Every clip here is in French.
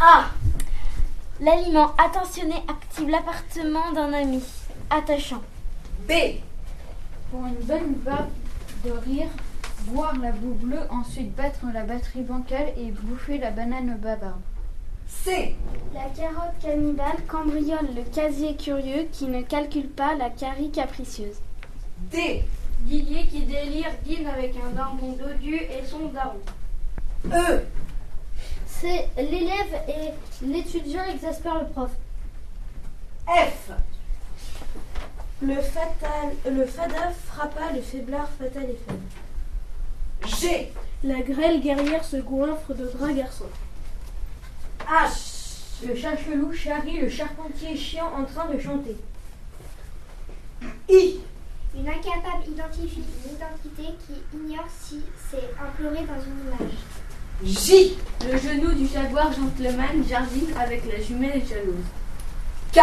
A. Ah. L'aliment attentionné active l'appartement d'un ami. Attachant. B. Pour une bonne barbe de rire, boire la boue bleue, ensuite battre la batterie bancale et bouffer la banane au babarbe. C. La carotte cannibale cambriole le casier curieux qui ne calcule pas la carie capricieuse. D. Didier qui délire dîne avec un daron dodu et son daron. E. C'est l'élève et l'étudiant exaspèrent le prof. F. Le, fatal, le fada frappa le faiblard fatal et faible. G. La grêle guerrière se goinfre de gras garçons. Ah, H. Le chat chelou charrie le charpentier chiant en train de chanter. I. Une incapable identifie une identité qui ignore si c'est imploré dans une image. J. Le genou du jaguar gentleman jardine avec la jumelle jalouse. K.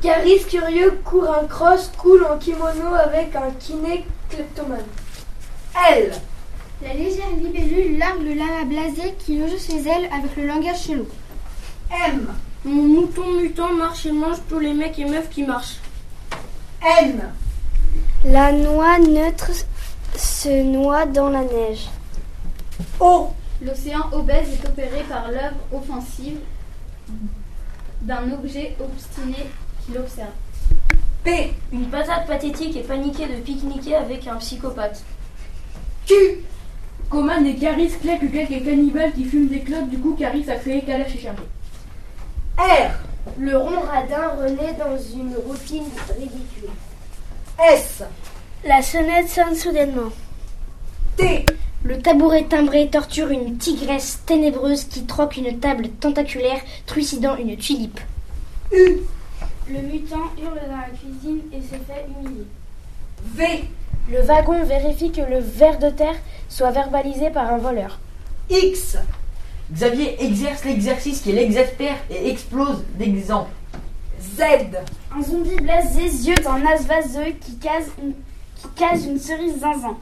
Caris curieux court un cross, coule en kimono avec un kiné kleptomane. L. La légère libellule largue le lama blasé qui loge ses ailes avec le langage chelou. M. Mon mouton mutant marche et mange tous les mecs et meufs qui marchent. N. La noix neutre se noie dans la neige. O. L'océan obèse est opéré par l'œuvre offensive d'un objet obstiné qui l'observe. P. Une patate pathétique est paniquée de pique-niquer avec un psychopathe. Q. Coman et Caris claquent quelques cannibales qui fument des clopes, du coup Caris a créé Kalash et Charlie. R. Le rond radin renaît dans une routine ridicule. S. La sonnette sonne soudainement. T. Le tabouret timbré torture une tigresse ténébreuse qui troque une table tentaculaire trucidant une tulipe. U. Le mutant hurle dans la cuisine et se fait humilier. V. Le wagon vérifie que le ver de terre soit verbalisé par un voleur. X. Xavier exerce l'exercice qui l'exaspère et explose d'exemple. Z. Un zombie blesse des yeux d'un as vaseux qui case une, qui case une cerise zinzin.